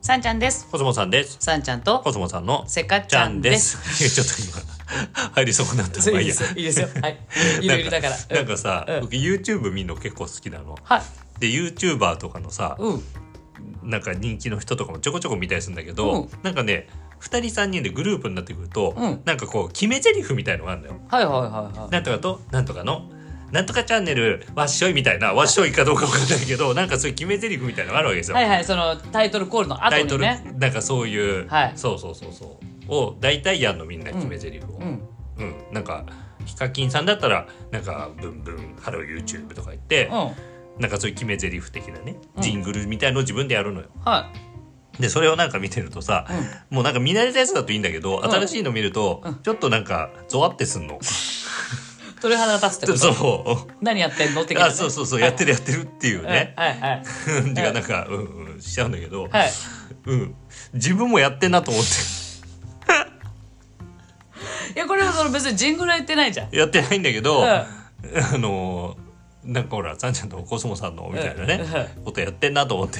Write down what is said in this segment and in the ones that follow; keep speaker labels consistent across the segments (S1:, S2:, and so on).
S1: さんちゃんです。
S2: コスモさんです。
S1: さんちゃんと
S2: コスモさんの
S1: せか
S2: ち
S1: ち
S2: ゃ
S1: ゃ
S2: ん
S1: ん
S2: で
S1: です。
S2: す。 いやちょっと今入りそうになった。
S1: そ
S2: ま
S1: れ
S2: あ
S1: い
S2: い
S1: いで
S2: いや
S1: すよ。 いいですよ。 はい。ゆるゆるだから。
S2: なんかさ、
S1: うん
S2: 僕 YouTube 見るの結構好きなの。
S1: はい。
S2: で YouTuber とかのさ、
S1: うん。
S2: なんか人気の人とかもちょこちょこ見たりするんだけど、
S1: うん
S2: なんかね2人3人でグループになってくると、
S1: うん
S2: なんかこう決め台詞みたいのがあるんだよ。
S1: はいはいはいはい。
S2: なんとかとなんとかのなんとかチャンネルわっしょいみたいなわっしょいかどうかわかんないけどなんかそういう決め台詞みたいなのがあるわけですよ。
S1: はいはい、そのタイトルコールの後
S2: タイト
S1: に
S2: ル、
S1: ね。
S2: なんかそういう、
S1: はい
S2: そうそうそうそうを大体やんのみんな決め台詞を。
S1: う
S2: うん
S1: ん。
S2: なんかヒカキンさんだったらなんか「ブンブンハロー YouTube」とか言って、
S1: うん。
S2: なんかそういう決め台詞的なね、
S1: うん
S2: ジングルみたいのを自分でやるのよ。
S1: は
S2: でそれをなんか見てるとさ、もうなんか見慣れたやつだといいんだけど、
S1: ん
S2: 新しいの見ると、ちょっとなんかゾワってす んの。
S1: い。鳥肌立つってこと。
S2: そう。
S1: 何やってんのって
S2: あそうそうそう、やって
S1: る
S2: るやってるっていうね。
S1: はいはい。
S2: うんてかなんかうんうんしちゃうんだけど、
S1: はい。
S2: うん自分もやってんなと思っ
S1: いや、これはその別にジングルは言ってないじゃん。
S2: てやってないんだけど、
S1: うん
S2: あのーなんかほらさんちゃんとコスモさんのみたいなね、ことやってんなと思って。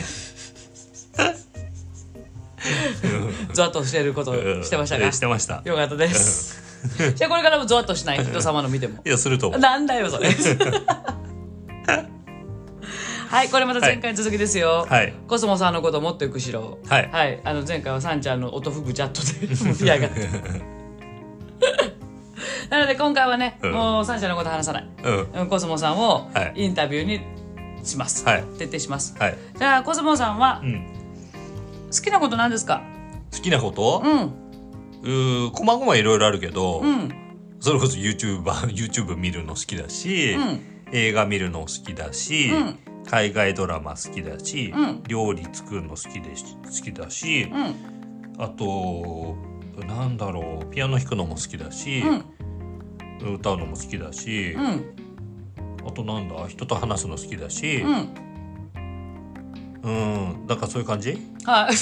S1: ゾワッとしてること
S2: うん
S1: してましたが
S2: してました。
S1: よかったです。じゃあこれからもゾワッとしない人様の見ても。
S2: いやすると思う。
S1: なんだよそ れ。はい、これまた前回続きですよ。
S2: はい
S1: コスモさんのこともっとよく知ろう。
S2: はい
S1: あの前回はさんちゃんの音ふぐチャットで盛り上がって。 なので今回はね、
S2: うん
S1: もうさんちゃんのこと話さない。
S2: うん
S1: うんコスモさんを
S2: はい
S1: インタビューにします。
S2: はい
S1: 徹底します。
S2: はい。
S1: じゃあコスモさんは、
S2: ん
S1: 好きなことなんですか。
S2: 好きなこと
S1: う？ん
S2: うーこまごまいろいろあるけど。
S1: うん
S2: それこそ YouTuber、YouTube 見るの好きだし、
S1: ん
S2: 映画見るの好きだし、
S1: うん
S2: 海外ドラマ好きだし、
S1: うん
S2: 料理作るの好きでし好きだし、
S1: うん
S2: あとなんだろうピアノ弾くのも好きだし、
S1: うん
S2: 歌うのも好きだし、
S1: うん
S2: あとなんだ人と話すの好きだし、
S1: うん。
S2: うん、なんかそういう 感じ
S1: はい。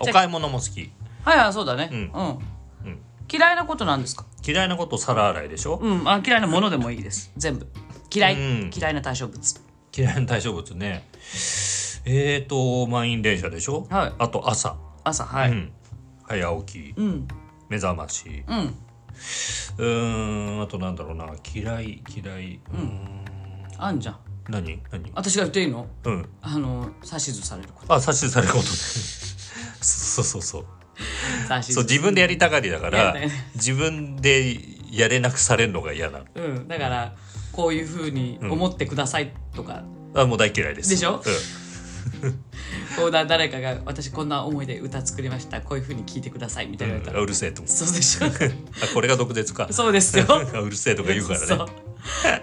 S2: お買い物も好き
S1: はいはいそうだね。
S2: うん
S1: うん。
S2: うん
S1: 嫌いなことなんですか。
S2: 嫌いなこと皿洗いでしょ、
S1: うん。あ嫌いなものでもいいです。全部。嫌い、
S2: うん
S1: 嫌いな対象物。
S2: 嫌いな対象物ねえーと満員電車でしょ、
S1: はい
S2: あと朝、
S1: 朝は
S2: う
S1: い。
S2: ん、早起き
S1: うん
S2: 目覚まし
S1: うん
S2: うーんあとなんだろうな嫌い嫌いうん
S1: あんじゃん。
S2: 何何
S1: 私が言っていいの？
S2: うん
S1: あの指図されること。
S2: あ指図されることね そうそうそう
S1: 指図
S2: そう自分でやりたがりだか
S1: や
S2: ら
S1: だよね
S2: 自分でやれなくされるのが嫌なの
S1: うん。だからこういうふうに思ってくださいとか。
S2: あもう大嫌いです
S1: でしょ
S2: う
S1: こうだ誰かが私こんな思いで歌作りましたこういうふうに聞いてくださいみたいなの
S2: ん
S1: 言った
S2: あ
S1: ら、
S2: うるせえと思
S1: そうでし ょ
S2: うあこれが毒舌か
S1: そうですよ
S2: あ うるせえとか言うから
S1: そ
S2: ね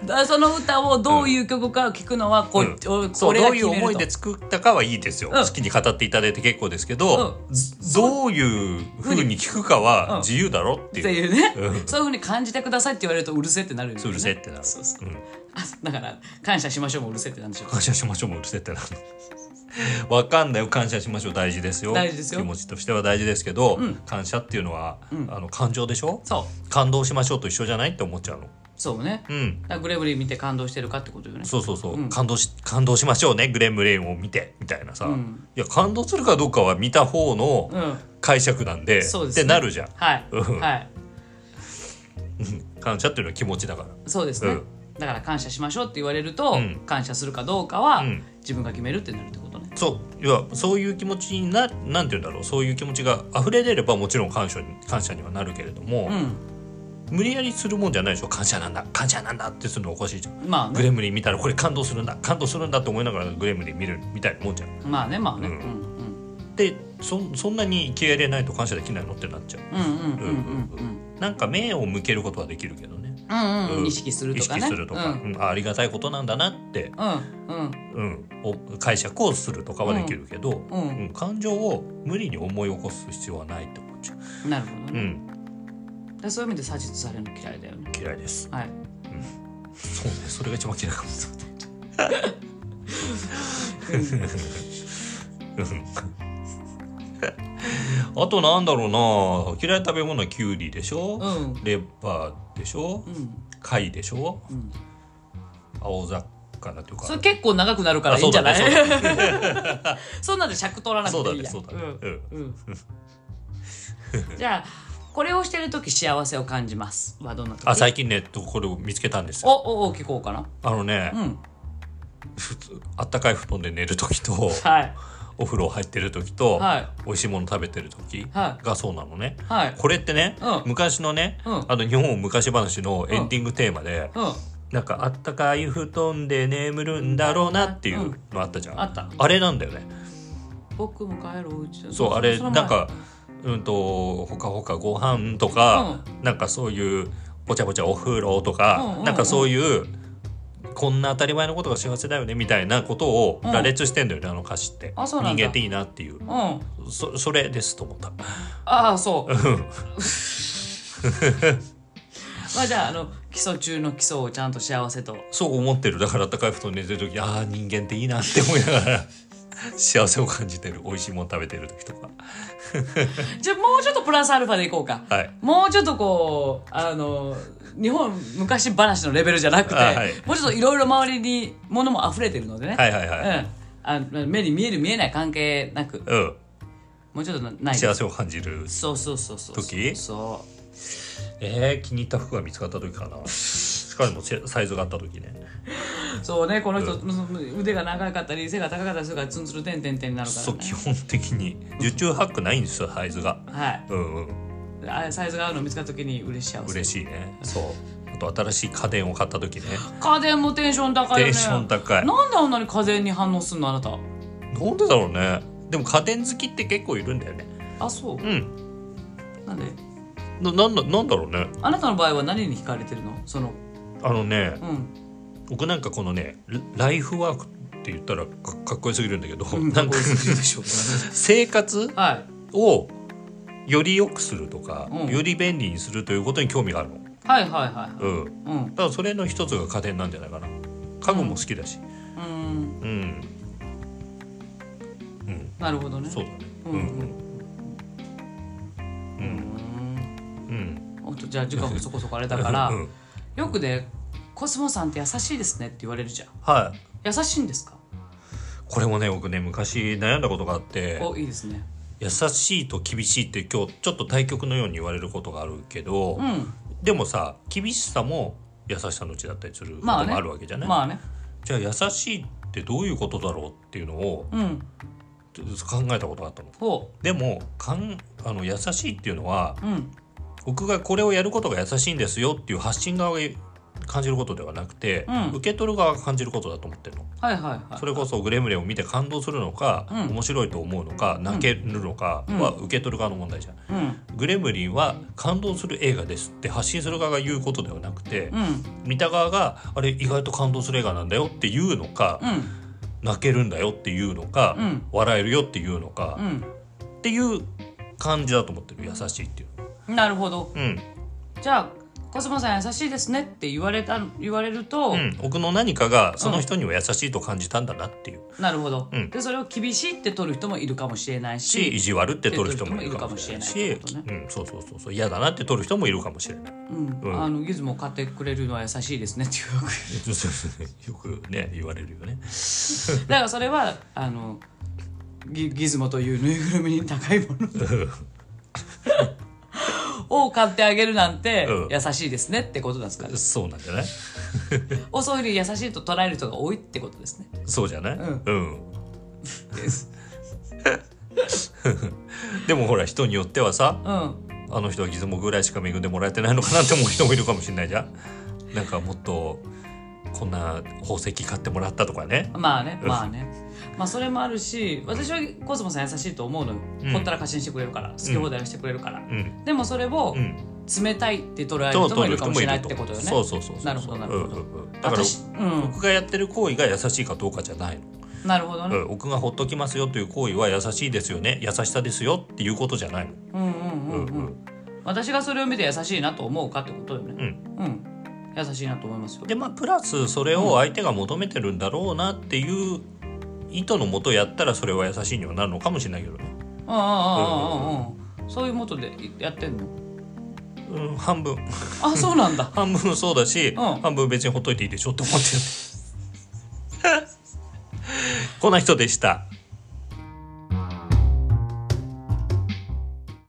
S1: うだその歌をどういう曲かを聞くのはこ,、う
S2: うん
S1: お
S2: そう
S1: 俺
S2: ど
S1: が
S2: うい
S1: 決
S2: う
S1: める
S2: 思い
S1: と
S2: で作ったかはいいですよ、
S1: うん
S2: 好きに語っていただいて結構ですけど、
S1: うん
S2: ずどういうふうに聞くかは
S1: うん
S2: 自由だろって
S1: って
S2: いう,、
S1: いうね、
S2: うん
S1: そういうふうに感じてくださいって言われるとうるせえってなるよね
S2: そううるせえってなる
S1: そうそう
S2: うん
S1: あ だから感謝しましょうもうるせえってなんでしょう
S2: 感謝しましょうもうるせえってなる のわかんないよ感謝しましょう大事ですよ
S1: 大事ですよ
S2: 気持ちとしては大事ですけど、感謝っていうのは、あの感情でしょ
S1: そう
S2: 感動しましょうと一緒じゃないって思っちゃうの
S1: そうね、
S2: うん
S1: だからグレブリン見て感動してるかってことよね
S2: そうそうそう、感動し感動しましょうねグレムレインを見てみたいなさ、
S1: ん
S2: いや感動するかどうかは見た方
S1: う
S2: の
S1: ん
S2: 解釈なんで,、
S1: そうで
S2: っ
S1: すね
S2: てなるじゃん
S1: はい、
S2: うん
S1: はい
S2: 感謝っていうのは気持ちだから
S1: そうですね、
S2: うん
S1: だから感謝しましょうって言われると、
S2: うん
S1: 感謝するかどうかは、
S2: うん
S1: 自分が決めるってなるってことね
S2: そういやそういう気持ちにななんて言うんだろうそういう気持ちが溢れ出ればもちろん感謝に感謝にはなるけれども、
S1: うん
S2: 無理やりするもんじゃないでしょ感謝なんだ感謝なんだってするのおかしいじゃん
S1: まあ
S2: グ
S1: ね
S2: レムリン見たらこれ感動するんだ感動するんだって思いながらグレムリン見るみたいなもんじゃん
S1: まあねまあね、う
S2: うんん
S1: うん、
S2: でそそんなに気合い入れないと感謝できないのってなっちゃう
S1: うんうんうんうんうん
S2: なんか目を向けることはできるけどね
S1: うんうん
S2: うん
S1: 意識する
S2: 意
S1: とかね
S2: 識するとか、
S1: うん
S2: うんあありがたいことなんだなって、
S1: うんうん
S2: うん、お解釈をするとかはできるけど、
S1: うんう
S2: うんん感情を無理に思い起こす必要はないと思っちゃう、
S1: なるほど
S2: う
S1: ね、
S2: ん、
S1: でそういう意味で指図されるの嫌いだよね
S2: 嫌いです
S1: はい
S2: そうねそれが一番嫌いかもそうあとなんだろうな嫌いな食べ物はキュウリでしょ、
S1: うん
S2: レバーでしょ、
S1: うん
S2: 貝でしょ、
S1: ん
S2: 青魚かなというか
S1: それ結構長くなるから
S2: あ
S1: いいんじゃない
S2: そうだね
S1: そんなんで尺取らなく ていいやん
S2: そうだねそうだね
S1: うんうんじゃあこれをしてる時幸せを感じますはどんな時
S2: あ最近ねとこれを見つけたんです
S1: お
S2: よ
S1: おお聞こうかな
S2: あのね、
S1: うん
S2: 普通あったかい布団で寝る時 と
S1: はい
S2: お風呂入ってる時と、
S1: はい
S2: 美味しいもの食べてる時
S1: は
S2: がそうなのね、
S1: はい
S2: これってね、
S1: うん
S2: 昔のね、
S1: うん
S2: あの日本昔話のエンディングテーマで、
S1: うん
S2: なんかあったかい布団で眠るんだろうなっていうのあったじゃん、
S1: うんあった
S2: あれなんだよね
S1: 僕も帰るお家
S2: そうあれ
S1: その
S2: なん
S1: 前
S2: かうんとほかほかご飯とか、なんかそういうぼちゃぼちゃお風呂とか、
S1: うんうんうん
S2: なんかそういうこんな当たり前のことが幸せだよねみたいなことを
S1: うん
S2: 羅列してんだよね、あの歌詞って
S1: あそう
S2: 人
S1: なんだ
S2: 間っていいなっていう
S1: うん
S2: そそれですと思った
S1: ああそう まあじゃああの基礎中の基礎をちゃんと幸せと
S2: そう思ってるだからあったかい布団に寝てる時ああ人間っていいなって思いながら 幸せを感じてる美味しいもの食べてる時とか
S1: じゃあもうちょっとプラスアルファでいこうか、
S2: はい
S1: もうちょっとこうあの日本昔話のレベルじゃなくて、
S2: あはい
S1: もうちょっといろいろ周りに物も溢れてるのでね、
S2: はいはいはい、
S1: うん、あの目に見える見えない関係なく
S2: うん
S1: もうちょっとない
S2: 幸せを感じる
S1: そうそうそうそう
S2: 時
S1: そ
S2: えー、気に入った服が見つかった時かなしかもせサイズがあった時ね
S1: うそうねこの人、腕が長かったり背が高かったりするからツンツルテンテンテンになるから、ね、
S2: そう基本的に受注ハックないんですよサイズが
S1: はい
S2: うんうん
S1: あサイズが合うの見つかった時に嬉しい
S2: 嬉しいねそうあと新しい家電を買った時ね
S1: 家電もテンション高いよ
S2: テ
S1: ね
S2: ンション高い
S1: なんであんなに家電に反応するのあなた
S2: なんでだろうねでも家電好きって結構いるんだよね
S1: あそう
S2: うん
S1: なんで
S2: ななんだなんだろうね
S1: あなたの場合は何に惹かれてるのその
S2: あのね
S1: うん
S2: 僕なんかこのねラライフワークって言ったらかかっこよすぎるんだけど、
S1: うん
S2: な
S1: かっ
S2: んか
S1: こよすぎるでしょ
S2: 生活
S1: はい
S2: をより良くするとか、
S1: うん
S2: より便利にするということに興味があるの。
S1: はいはいは
S2: うん、
S1: いうん
S2: だからそれの一つが家電なんじゃないかな家具も好きだし
S1: うーん
S2: うんうん、
S1: なるほどね
S2: そうだね
S1: う
S2: うんん
S1: う
S2: うん
S1: うんん
S2: んううん
S1: おっとじゃあ時間もそこそこあれだから
S2: うん
S1: よくね「コスモさんって優しいですね」って言われるじゃん
S2: はい
S1: 優しいんですか
S2: これもね僕ね昔悩んだことがあって
S1: おいいですね
S2: 優しいと厳しいって今日ちょっと対局のように言われることがあるけど、
S1: うん
S2: でもさ厳しさも優しさのうちだったりすることも
S1: まあね
S2: あるわけじゃない、
S1: まあね
S2: じゃあ優しいってどういうことだろうっていうのを
S1: うん
S2: ちょっと考えたことがあったの。
S1: ほ
S2: でもかんあの優しいっていうのは
S1: ううん
S2: 僕がこれをやることが優しいんですよっていう発信側が感じることではなくて、
S1: うん
S2: 受け取る側が感じることだと思ってるの。
S1: はいはいはい
S2: それこそグレムレを見て感動するのか、
S1: うん
S2: 面白いと思うのか泣けるのかは受け取る側の問題じゃん。
S1: うん
S2: グレムリンは感動する映画ですって発信する側が言うことではなくて、
S1: うん
S2: 見た側があれ意外と感動する映画なんだよっていうのか、
S1: うん
S2: 泣けるんだよっていうのか、
S1: うん
S2: 笑えるよっていうのか、
S1: う
S2: っていう感じだと思ってる優しいっていう。
S1: んなるほど
S2: うん
S1: じゃあコスモさん優しいですねって言われた言われると、
S2: うん、僕の何かがその人には優しいと感じたんだなっていう、
S1: なるほど、
S2: うん
S1: でそれを厳しいって取る人もいるかもしれない
S2: し意
S1: し、
S2: 地悪って取る人もいるかもしれない
S1: い
S2: し
S1: るかもしれないってこと
S2: うん、そうそうそうそう嫌だなって取る人もいるかもしれない
S1: うん
S2: うん
S1: あのギズモ買ってくれるのは優しいですねっていうわけ
S2: よくね言われるよね
S1: だからそれはあのギギズモというぬいぐるみに高いも のを買ってあげるなんて
S2: うん
S1: 優しいですねってことなんですか、ね
S2: そうなんじゃない
S1: おそういうふうに優しいと捉える人が多いってことですね
S2: そうじゃない、
S1: うんです
S2: うん でもほら人によってはさ
S1: うん
S2: あの人はギズモぐらいしか恵んでもらえてないのかなって思う人もいるかもしれないじゃんなんかもっとこんな宝石買ってもらったとかね
S1: まあねまあねまあそれもあるし私はコスモさん優しいと思うのよ、
S2: うん
S1: ほったらかしにしてくれるから好き放題にしてくれるから、
S2: うん
S1: でもそれを
S2: うん
S1: 冷たいって捉える
S2: と
S1: 人もいるかもしれないってことよね
S2: そうそうそうそう
S1: なるほどなるほど
S2: うんうんうんだから
S1: 私うん
S2: 僕がやってる行為が優しいかどうかじゃないの、
S1: なるほど
S2: う
S1: ね
S2: ん僕がほっときますよという行為は優しいですよね優しさですよっていうことじゃないの、
S1: うんうん
S2: う
S1: うん
S2: ん
S1: うん私がそれを見て優しいなと思うかってことよね
S2: うん
S1: うん優しいなと思いますよ
S2: でまあプラスそれを相手が求めてるんだろうなっていう意図のもとやったらそれは優しいにはなるのかもしれないけどね、
S1: うんうんうんうんうんそういうもとでやってんの
S2: うん、半分
S1: あそうなんだ
S2: 半分そうだし、
S1: ん
S2: 半分別にほっといていいでしょって思ってる こんな人でした。